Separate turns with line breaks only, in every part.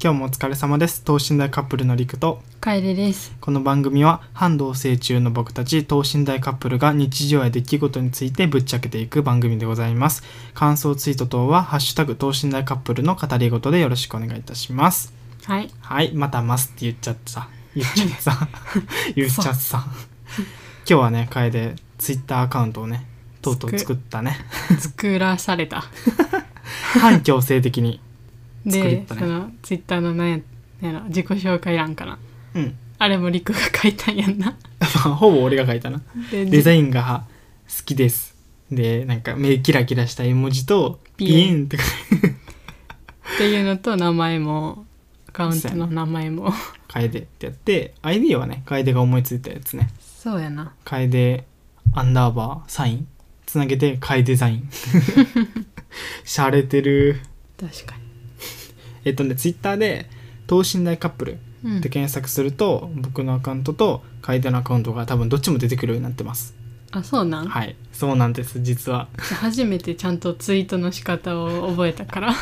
今日もお疲れ様です等身大カップルのりくと
楓です
この番組は半同棲中の僕たち等身大カップルが日常や出来事についてぶっちゃけていく番組でございます感想ツイート等は「ハッシュタグ等身大カップル」の語り事でよろしくお願いいたします
はい
はいまた「ます」って言っちゃってさ言っちゃってさ言っちゃってさ今日はね楓ツイッターアカウントをねとうとう作ったね
作らされた
反強制的に作
で、
りたね
そのツイッターのなんやなんやろ自己紹介欄かな
うん
あれもりくが書いたんやんな
まあほぼ俺が書いたな
で
デザ
イン
インが好きですでなんか目キラキラした絵文字と
ピエ
ピ
ン
エンって
っていうのと名前もアカウントの名前も
楓ってやって ID はね楓が思いついたやつね
そうやな
楓アンダーバーサインつなげて楓サイ ンしゃれてる
確かに
えっとねツイッターで等身大カップル
うん
で検索すると、僕のアカウントと楓のアカウントが多分どっちも出てくるようになってます
あそうなん
はいそうなんです実は
初めてちゃんとツイートの仕方を覚えたから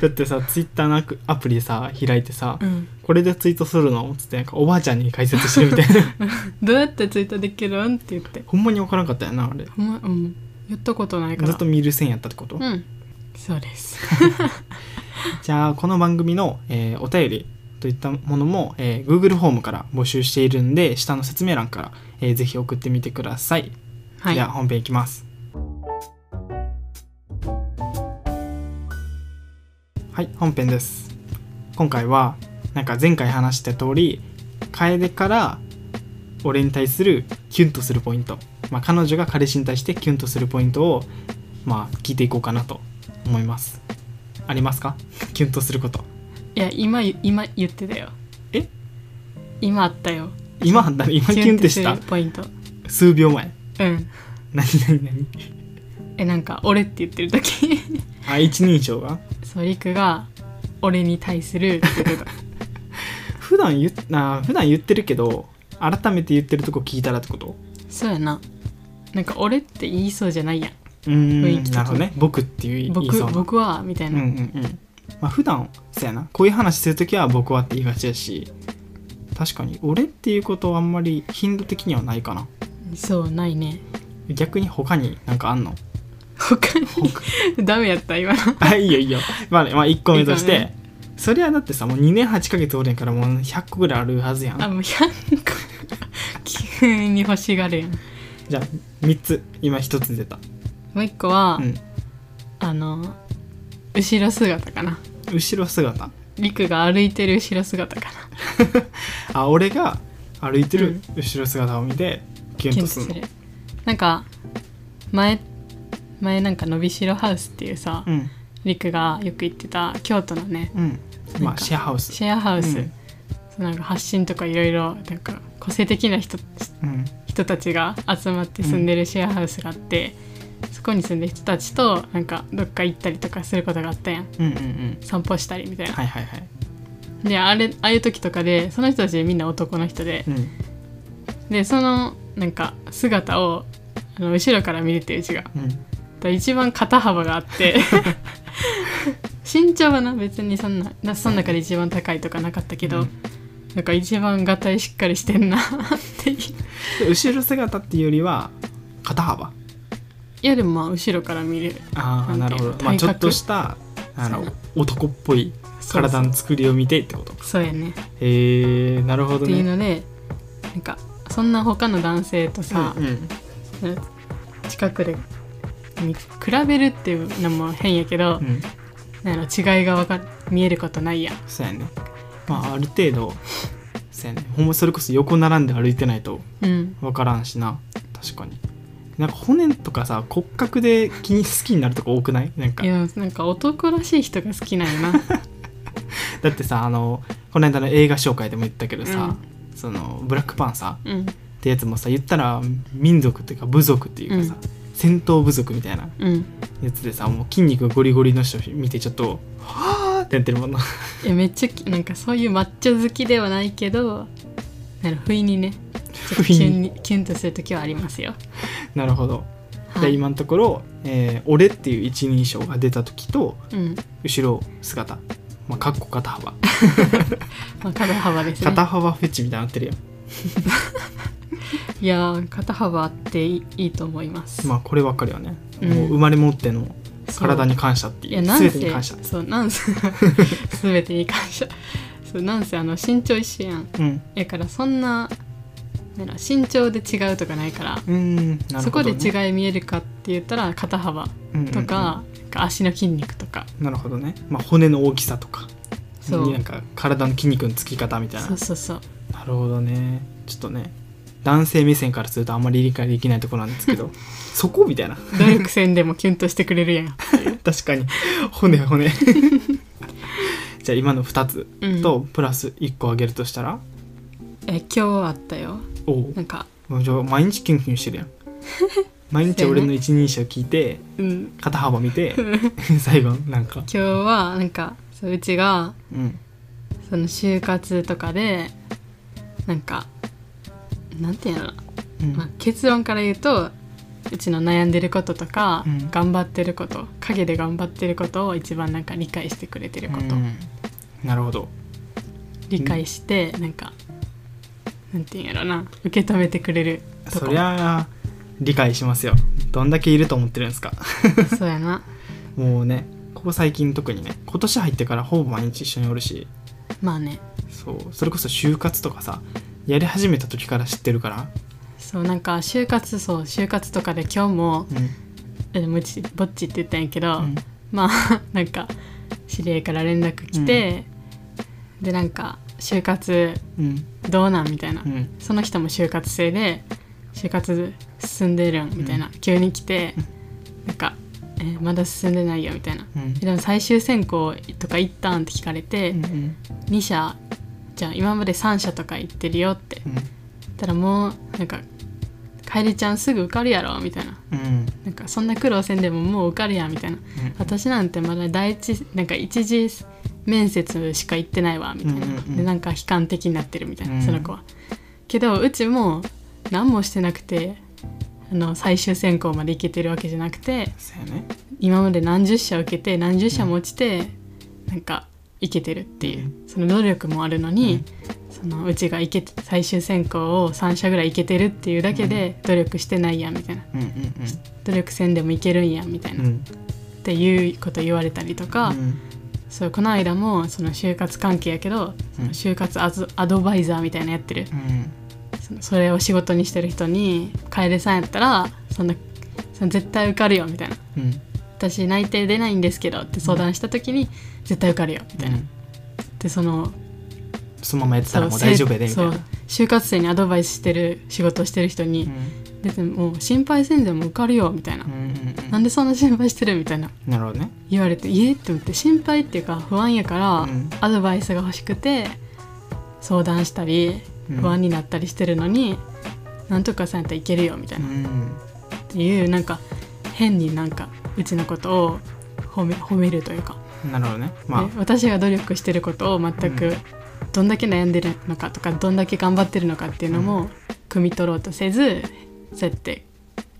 だってさツイッターのアクアプリさ開いてさ、
うん
これでツイートするのつってなんかおばあちゃんに解説してるみたい な
どうやってツイートできるんって言って
ほんまに分からんかったよなあれ
ほんまうん言ったことないから
ずっと見る線やったってこと、
うんそうです
じゃあこの番組の、えーお便りといったものも、えー Google フォームから募集しているんで下の説明欄から、えーぜひ送ってみてください、
はい
では本編いきますはい本編です今回はなんか前回話した通り楓から俺に対するキュンとするポイント、まあ、彼女が彼氏に対してキュンとするポイントをまあ聞いていこうかなと思いますありますかキュンとすること
いや今ゆ今言ってたよ
え
今あったよ
今あったね今キュンってした
キュンとするポイント
数秒前
うん
何何何
えなんか「俺」って言ってる時
あ一人称が
そうりくが「俺に対 する」って言ってた
普段言っあー普段言ってるけど改めて言ってるとこ聞いたらってこと
そうやななんか「俺」って言いそうじゃないやん
うーん
雰囲気的に
なるほどね僕っていう
「
言い
僕
そうな
僕は」みたい
うんう
な、
んうんまあ普段そうやなこういう話するときは僕はって言いがちやし確かに俺っていうことはあんまり頻度的にはないかな
そうないね
逆に他になんかあん の
他に ダメやった今の
あいいよいいよまあ、ねまあ、1個目とし
いいか
てそれはだってさもう2年8ヶ月おるんやからもう100個ぐらいあるはずや
あ
ん
もう100個 急に欲しがるやんも
じゃあ3つ今1つ出た
う一個は、
うん
あの後ろ姿かな
後ろ姿
りくが歩いてる後ろ姿かな
あ俺が歩いて
う
る
ん
後ろ姿を見てキュン
キュン
と
と
す
す
るの
るなんか前前なんか伸びしろハウスっていうさ、
うん
りくがよく行ってた京都のね
うんま
なん
あ
か
シェアハウス
シェアハウス、
うん
そうなんか発信とかいろいろなんか個性的な人
うん
人たちが集まって住んでるシェアハウスがあって、そこに住んでる人たちとなんかどっか行ったりとかすることがあったやん
うんうんうん
散歩したりみたいな、
はいはいはい
であれああいう時とかでその人たちみんな男の人で
う、ん
でそのなんか姿をあの後ろから見れてうちが
うん
だ一番肩幅があって 身長はな別にそんななその中で一番高いとかなかったけ
う
ど、
ん
なんか一番がたいしっかりしてんなっていう
で後ろ姿っていうよりは肩幅
いやでもまあ後ろから見れる
ああ
な
なん
て
る
い
ほ
うの
どまあ
体
ちょ
格
っとしたあ
そう
の男っぽい
そう
体の作りを見てってこと
そうやね
へえなるほ
っ
ど
ていう
ね
のでなんかそんな他の男性とさ
う、んうん
近くで見比べるっていうのも変やけど
う、ん
なんやろ違いがわか見えることないやん
そうやねまあある程度そうやねほんまそれこそ横並んで歩いてないと
うん
分からんしな確かになんか骨とかさ骨格で気に好 きになるとこ多くないなんか
いやなんか男らしい人が好きなんやな
だってさあのこの間の映画紹介でも言ったけどさ、そのブラックパンサーっ
うん
てやつもさ言ったら民族っていうか部族っていうかさ、戦闘部族みたいな
うん
やつでさもう筋肉ゴリゴリの人見てちょっと「はあ」ってやってるもんな
えめっちゃきなんかそういう抹茶好きではないけどなんか不意にねちょっと
不
キ
意
ュ
に
ンにキュンとする時はありますよ、
なるほど、
はい、
じゃあ今のところ「えー俺」っていう一人称が出た時と
うん
後ろ姿まあ、かっこ肩幅
まあ、肩幅ですね
肩幅フェチみたいになってるやん
いやー肩幅あっていいいいと思います、
まあこれわかるよね、
うん
もう生まれ持っての
そう
体に感謝って
い
い
や
う
なん
全
せ
てに感謝
そうなんせ 全てに感謝そうなんせあの身長一緒やん
うん
やからそんななんやろ身長で違うとかないから、
うんなる
そ
ほ
こ
ど、
で
ね、
違い見えるかって言ったら肩幅
うんうんうん
とか,、足の筋肉とか
なるほどね、まあ、骨の大きさとか
そう
なんか体の筋肉のつき方みたいな
そうそうそう
なるほどねちょっとね男性目線からするとあんまり理解できないところなんですけ どそこみたいな
努力せんでもキュンとしてくれるやん、
確かに骨 骨じゃあ今の2つ
うん、
とプラス1個あげるとしたら、
え今日あったよ
お
なんか
おじゃあ毎日キュンキュンしてるや ん毎日俺の一人称聞いて
うん
肩幅見て 最後なんか
今日はなんかそううちが
うん
その就活とかでなんかなんていうの、
うん
まあ、結論から言うとうちの悩んでることとか、
うん
頑張ってること陰で頑張ってることを一番なんか理解してくれてること、
うんなるほど
理解して、なんかなんていうんやろな受け止めてくれると
そ
こ
りゃあ理解しますよどんだけいると思ってるんですか
そうやな
もうねここ最近特にね今年入ってからほぼ毎日一緒におるし
まあね
そうそれこそ就活とかさやり始めた時から知ってるから
そうなんか就活そう就活とかで今日も
う
えもちぼっちって言ったんやけど、
ん、うん
まあなんか知り合いから連絡来て、でなんか就活
うん
どうなんみたいな、
うん
その人も就活生で就活進んでるんみたいな、急に来て、なんか、えーまだ進んでないよみたいな。
うん
でも最終選考とか行ったんって聞かれて、
うんうん
2社じゃあ今まで3社とか行ってるよって言ったらもうなんか「楓ちゃんすぐ受かるやろ」みたいな
うん
なんかそんな苦労せんでももう受かるやんみたいな私なんてまだ第一なんか一次面接しか行ってないわみたいな、
うんうんうん
でなんか悲観的になってるみたいな、
うん
その子はけどうちも何もしてなくてあの最終選考まで行けてるわけじゃなくて
そうやね
今まで何十社受けて何十社も落ちて、なんかいけてるっていう、その努力もあるのに、そのうちがいけて最終選考を3社ぐらいいけてるっていうだけで努力してないやんみたいな
うんうん
努力せんでもいけるんやんみたい
う
な、
んうん
っていうこと言われたりとか、
うん
そうこの間もその就活関係やけど、その就活アズアドバイザーみたいなのやってる、
うん
そのそれを仕事にしてる人に「楓さんやったらそんなその絶対受かるよ」みたいな。
うん
私内定出ないんですけどって相談した時に、絶対受かるよみたいな、
うん
でその
そのままやってたらもう
せ
大丈夫やでみたいな
そう就活生にアドバイスしてる仕事をしてる人
う
に
ん、
別にもう心配せんでも受かるよみたいな、
うんうんうん
なんでそんな心配してるみたいな
なるほどね
言われて「えっ?」って思って心配っていうか不安やから、
うん
アドバイスが欲しくて相談したり
うん
不安になったりしてるのに、なんとかさんやったらいけるよみたいうな、っ
ん
ていうなんか変になんかうちのことを褒め褒めるというか。
なるほどねま
で私が努力してることを
う
全く
ん
どんだけ悩んでるのかとかどんだけ頑張ってるのかっていうのも汲み取ろうとせずそうやって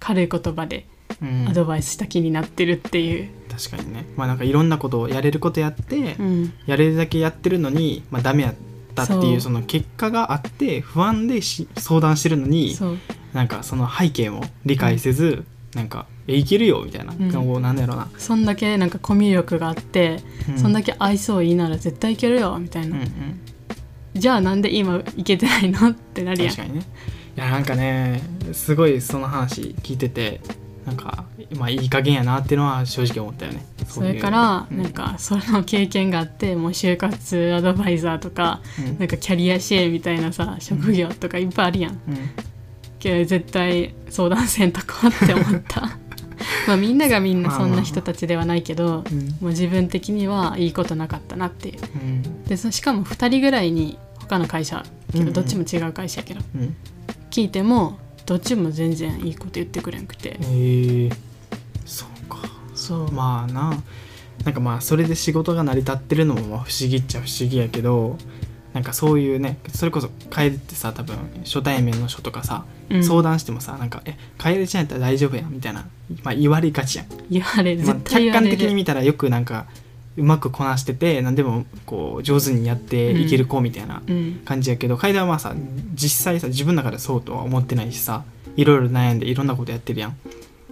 軽い言葉で
あ、うん、
アドバイスした気になってるっていう、
確かにねまあなんかいろんなことをやれることやって、
うん
やれるだけやってるのに、まあ、ダメやったってい
そうう
その結果があって不安でし相談してるのに
そう
なんかその背景も理解せず、なんか「えいけるよ」みたいな、
ん
こうなんだろうな、
そんだけなんかコミュ力があって、
うん
そんだけ愛想いいなら絶対いけるよみたい
うん
な、
うん、
じゃあなんで今いけてないのってなるやん
確かにねいやなんかねすごいその話聞いててなんか、まあ、いい加減やなっていうのは正直思ったよね
それから
うん
なんかその経験があってもう就活アドバイザーとか
うん
なんかキャリア支援みたいなさ職業とかいっぱいあるやん
うん
けど絶対相談せんとこって思った まあみんながみんなそんな人たちではないけど
うん
もう自分的にはいいことなかったなっていう
うん
でそしかも2人ぐらいに他の会社け
うんう
ど
ん
どっちも違う会社やけど
うん
聞いてもどっちも全然いいこと言ってくれんくて
えー、そうか
そう
まあななんかまあそれで仕事が成り立ってるのもまあ不思議っちゃ不思議やけどなんかそういうねそれこそ楓ってさ多分初対面の人とかさ、
うん
相談してもさなんか「え楓ちゃんやったら大丈夫やん」みたいな、まあ、言われがちやん、
言われる
まあ
絶対
客
言わ
観
れ
的に
る
見たらよくなんかうまくこなしてて何でもこう上手にやっていける子みたいな
うん
感じやけど楓はまあさ実際さ自分の中でそうとは思ってないしさいろいろ悩んでいろんなことやってるやん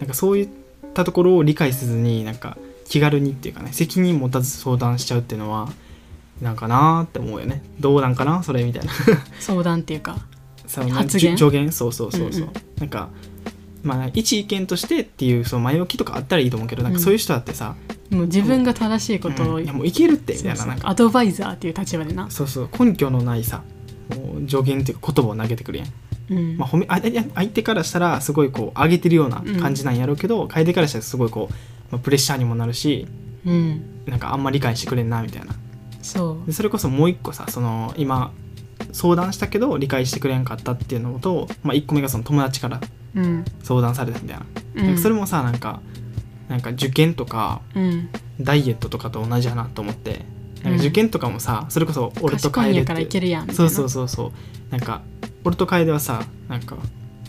なんかそういったところを理解せずになんか気軽にっていうかね責任持たず相談しちゃうっていうのはなんかなーって思うよねどうなんかなそれみ たいな
相談っていうか
その
発言
じゅ助言そうそうそうそう、
うんうん
なんかまあ一意見としてっていうその前置きとかあったらいいと思うけどなんかそういう人だってさ、
もう自分が正しいことを、
うんいやもういけるってみ
そう
たいな
そう
なんか
アドバイザーっていう立場でな、
そうそう根拠のないさもう助言っていうか言葉を投げてくるやん
うん
まあ、褒めあいや相手からしたらすごいこう上げてるような感じなんやろうけど、楓からしたらすごいこう、まあ、プレッシャーにもなるし
うん、
なんかあんま理解してくれんなみたいな
そう
でそれこそもう一個さその今相談したけど理解してくれんかったっていうのと、まあ、1個目がその友達から
うん
相談されたみたいな,、
うん
それもさなんかなんか受験とか
うん
ダイエットとかと同じやなと思ってなん
うん
か受験とかもさ、それこそ俺と
賢いん
楓
や
っ
からい
て
けるやんみたい
そう
な
そうそうそうなんか俺と楓はさなんか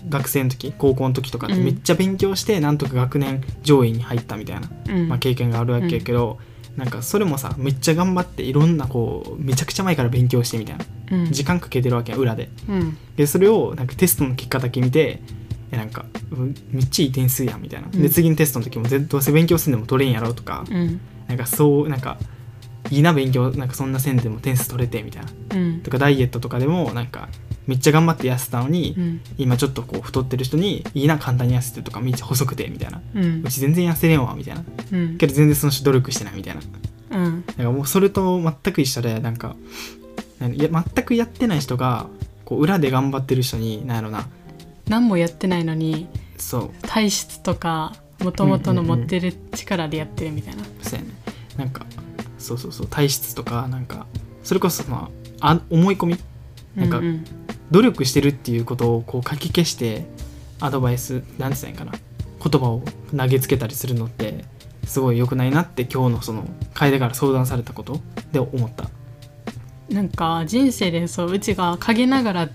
学生の時高校の時とかって
うん
めっちゃ勉強して、なんとか学年上位に入ったみたいな、
うん
まあ、経験があるわけやけど、なんかそれもさめっちゃ頑張っていろんなこうめちゃくちゃ前から勉強してみたいな
うん
時間かけてるわけや裏で
うん
でそれをなんかテストの結果だけ見てえなんかうんめっちゃいい点数やんみたいな、
う
で
ん
次のテストの時もぜどうせ勉強せんでも取れんやろとか、
うん
なんかそうなんかいいな勉強なんかそんなせんでも点数取れてみたいな
うん
とかダイエットとかでもなんかめっちゃ頑張って痩せたのに、
うん
今ちょっとこう太ってる人に「いいな簡単に痩せて」とか「めっちゃ細くて」みたいな
うんうん
「うち全然痩せれんわ」みたいな
うん
けど全然その人努力してないみたいな
う
な
ん
んかもうそれと全く一緒でなんかなんいや全くやってない人がこう裏で頑張ってる人になんやろな
何もやってないのに
そ
体質とかもともとの持ってる力でやってるみたいな
うそうやねなんかそうそうそう体質とかなんかそれこそまああ思い込みうんうん
ううん
努力してるっていうことをこう書き消してアドバイスなんて言ったらいいんかな言葉を投げつけたりするのってすごい良くないなって今日のその楓から相談されたことで思った
なんか人生でそううちが陰ながら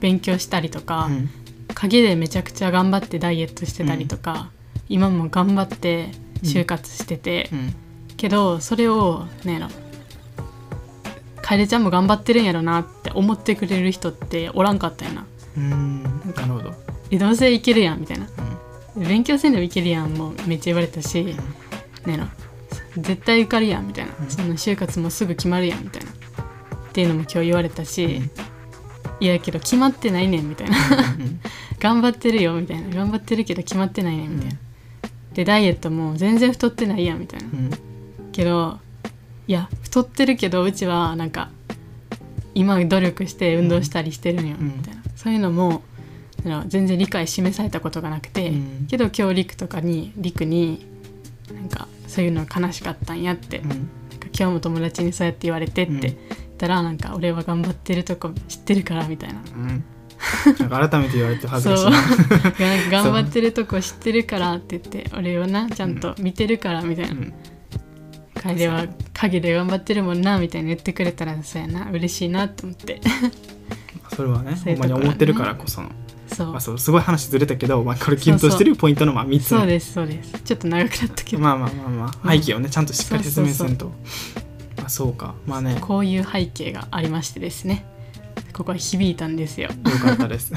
勉強したりとか、
うん
陰でめちゃくちゃ頑張ってダイエットしてたりとか、今も頑張って就活してて、
うん
けどそれをなんやろ楓ちゃんも頑張ってるんやろなって思ってくれる人っておらんかったよな
うんなるほど
えどうせいけるやんみたいな勉強せんでもいけるやんもめっちゃ言われたし、なんやろ絶対受かるやんみたいな、
うん
その就活もすぐ決まるやんみたいなっていうのも今日言われたし、いやけど決まってないねんみたいな 頑張ってるよみたいな頑張ってるけど決まってないねんみたいな、でダイエットも全然太ってないやんみたいな、
うんうん
けどいや太ってるけどうちはなんか今努力して運動したりしてるんよ
うん
みたいな、そういうのもあの全然理解示されたことがなくて、
うん
けど今日リクとかにリクになんかそういうの悲しかったんやって、
うん
なんか今日も友達にそうやって言われてって、
うん
言ったらなんか俺は頑張ってるとこ知ってるからみたいな。
うんうんなんか改めて言われて恥ず
そう
かしい
なん
な
か頑張ってるとこ知ってるからって言って俺はなちゃんと見てるからみたいな、
うん
楓は陰で頑張ってるもんなみたいに言ってくれたらそうやな嬉しいなと思って
それはね
そう
ほん
いうところね
まに思ってるからこその、
そう、
まあ、そうすごい話ずれたけど、まあ、これ均等してるポイントのまあ3つ
そう
ね
ですそうですちょっと長くなったけど、
まあまあまあまあ
うん
背景をねちゃんとしっかり説明するとあそうかまあね
こういう背景がありましてですねここは響いたんですよ
よかったです い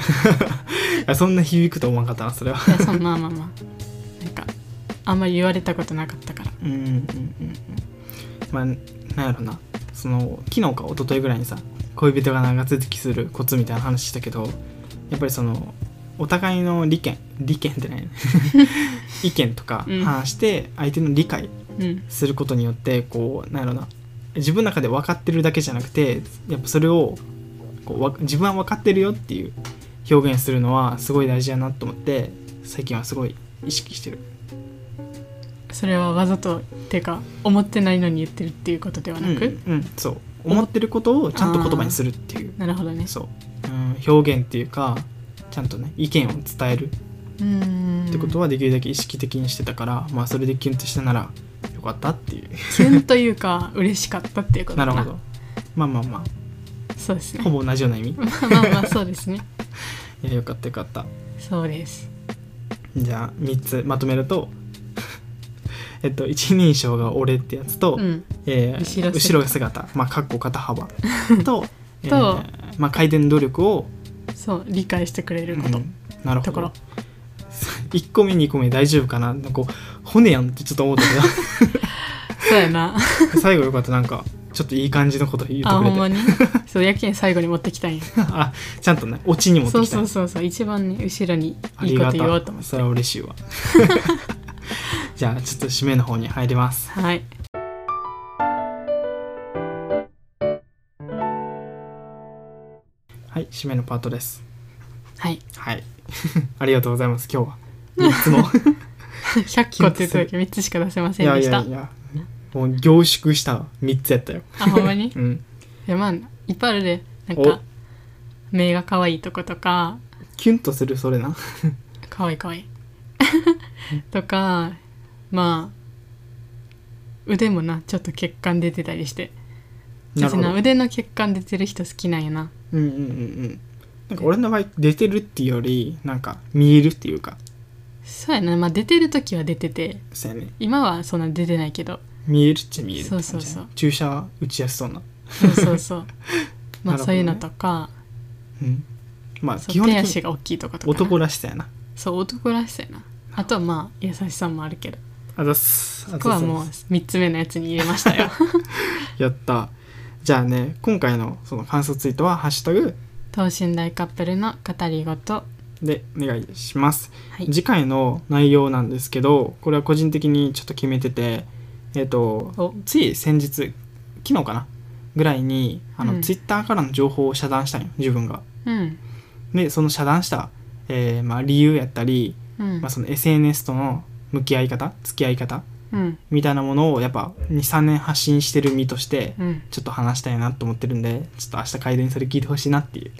やそんな響くと思わなかったなそれはい
やそうまあまあまあなんかあんまり言われたことなかったから
うんうんうんうんまあなんやろなその昨日か一昨日ぐらいにさ恋人が長続きするコツみたいな話したけどやっぱりそのお互いの利見利見って ね意見とか
うん
話して相手の理解
うん
することによってこうなんやろな自分の中で分かってるだけじゃなくてやっぱそれをこうわ自分は分かってるよっていう表現するのはすごい大事やなと思って最近はすごい意識してる
それはわざとっていうか思ってないのに言ってるっていうことではなく、
うんうん、そう思ってることをちゃんと言葉にするっていう
なるほどね
そう、うん、表現っていうかちゃんとね意見を伝える
うーん
ってことはできるだけ意識的にしてたから、まあそれでキュンとしたならよかったっていう
キュンというか嬉しかったっていうこと
な
か
るほどまあまあま
そうです
あ
ね
ほぼ同じような意味
まあまあまあそうですね
いやよかったよかった
そうです
じゃあ3つまとめると えっと、一人称が俺ってやつと、
うん
えー
後ろ姿
後ろ姿、まあ、かっこ肩 幅と、えー
と
まあ、回転努力を、
そう理解してくれること、
うんなるほ
ところ
ど1個目2個目大丈夫かななんかこう骨やんってちょっと思った
そうや な
けど最後よかったなんかちょっといい感じのこと言って
あ
く
ほ
れ
んま
て
にそうやけん最後に持ってきたんや
あちゃんとねオチに持って
そう
きたん
そ
や
うそうそう一番ね後ろに
あ
いい
り
こと
が
言おうと
た
思
い
っ
それは嬉しい わじゃあちょっと締めの方に入ります
てはい
はい締めのパートです
はい
はい ありがとうございます今日はいつも
100個って言った時3つしか出せませ
い
ん
や
で
い
した
やいやもう凝縮した3つやったよ
あほんまに い
うん
やまあいっぱいあるでなんか目が可愛いとことか
キュンとするそれな
可愛い可 愛いとかまあ腕もなちょっと血管出てたりして
なるほ
私
ど
な腕の血管出てる人好きなんやな
うんうんうんうんなんか俺の場合出てるっていうよりなんか見えるっていうか
そうやな、まあ、出てる時は出てて
そうやね
今はそんな出てないけど
見えるっちゃ見えるって感じ
そう
やね
そうそう
注射打ちやすそうな
そうそ うそうま
なるほど
あ、
ね
そういうのとか
うんまあ
そう
基本
手
的
足
に
が大きいとことかな
男らしさやな
そう男らしさやなあとはまあ優しさもあるけど
あざっすあざっす
ここはもう3つ目のやつに入れましたよ
やったじゃあね今回のその感想ツイートは「ハッシュタグ
等身大カップルの語りごと
でお願いします、
はい
次回の内容なんですけどこれは個人的にちょっと決めててえっ、と
お
つい先日昨日かなぐらいにあの、
うん
ツイッターからの情報を遮断したんよ自分が
うん
でその遮断した、えーまあ、理由やったり、
うん
まあ、その SNS との向き合い方付き合い方
うん
みたいなものをやっぱ23年発信してる身として
うん
ちょっと話したいなと思ってるんでちょっと明日改善それ聞いてほしいなっていう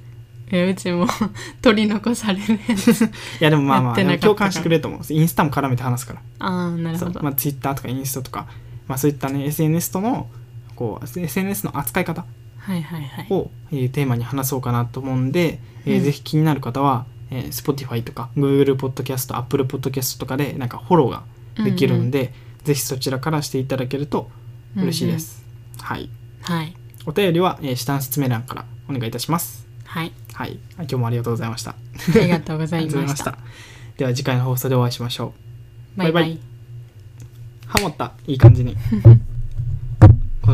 えうちも 取り残されるやつ
いやでもまあま
やっ
あ
て
で
なか
も共
ったか
感してくれると思うんですインスタも絡めて話すから
ああなる
そ
ほ
う
ど、
まあ、Twitter とかインスタとか、まあ、そういったね SNS とのこう SNS の扱い方
はいはいはい
を、えーテーマに話そうかなと思うんで、えー
うん
ぜひ気になる方は、えー Spotify とか Google ポッドキャスト Apple ポッドキャストとかでなんかフォローができるんで、ぜひそちらからしていただけると嬉しいです、はい
はい
お便りは、えー下の説明欄からお願いいたします
はい
はい今日もありがとうございました
ありがとうございま
ありがとうございま
し
したたでは次回の放送でお会いしましょう
バイバ
バイ
イ
ハモったいい感じに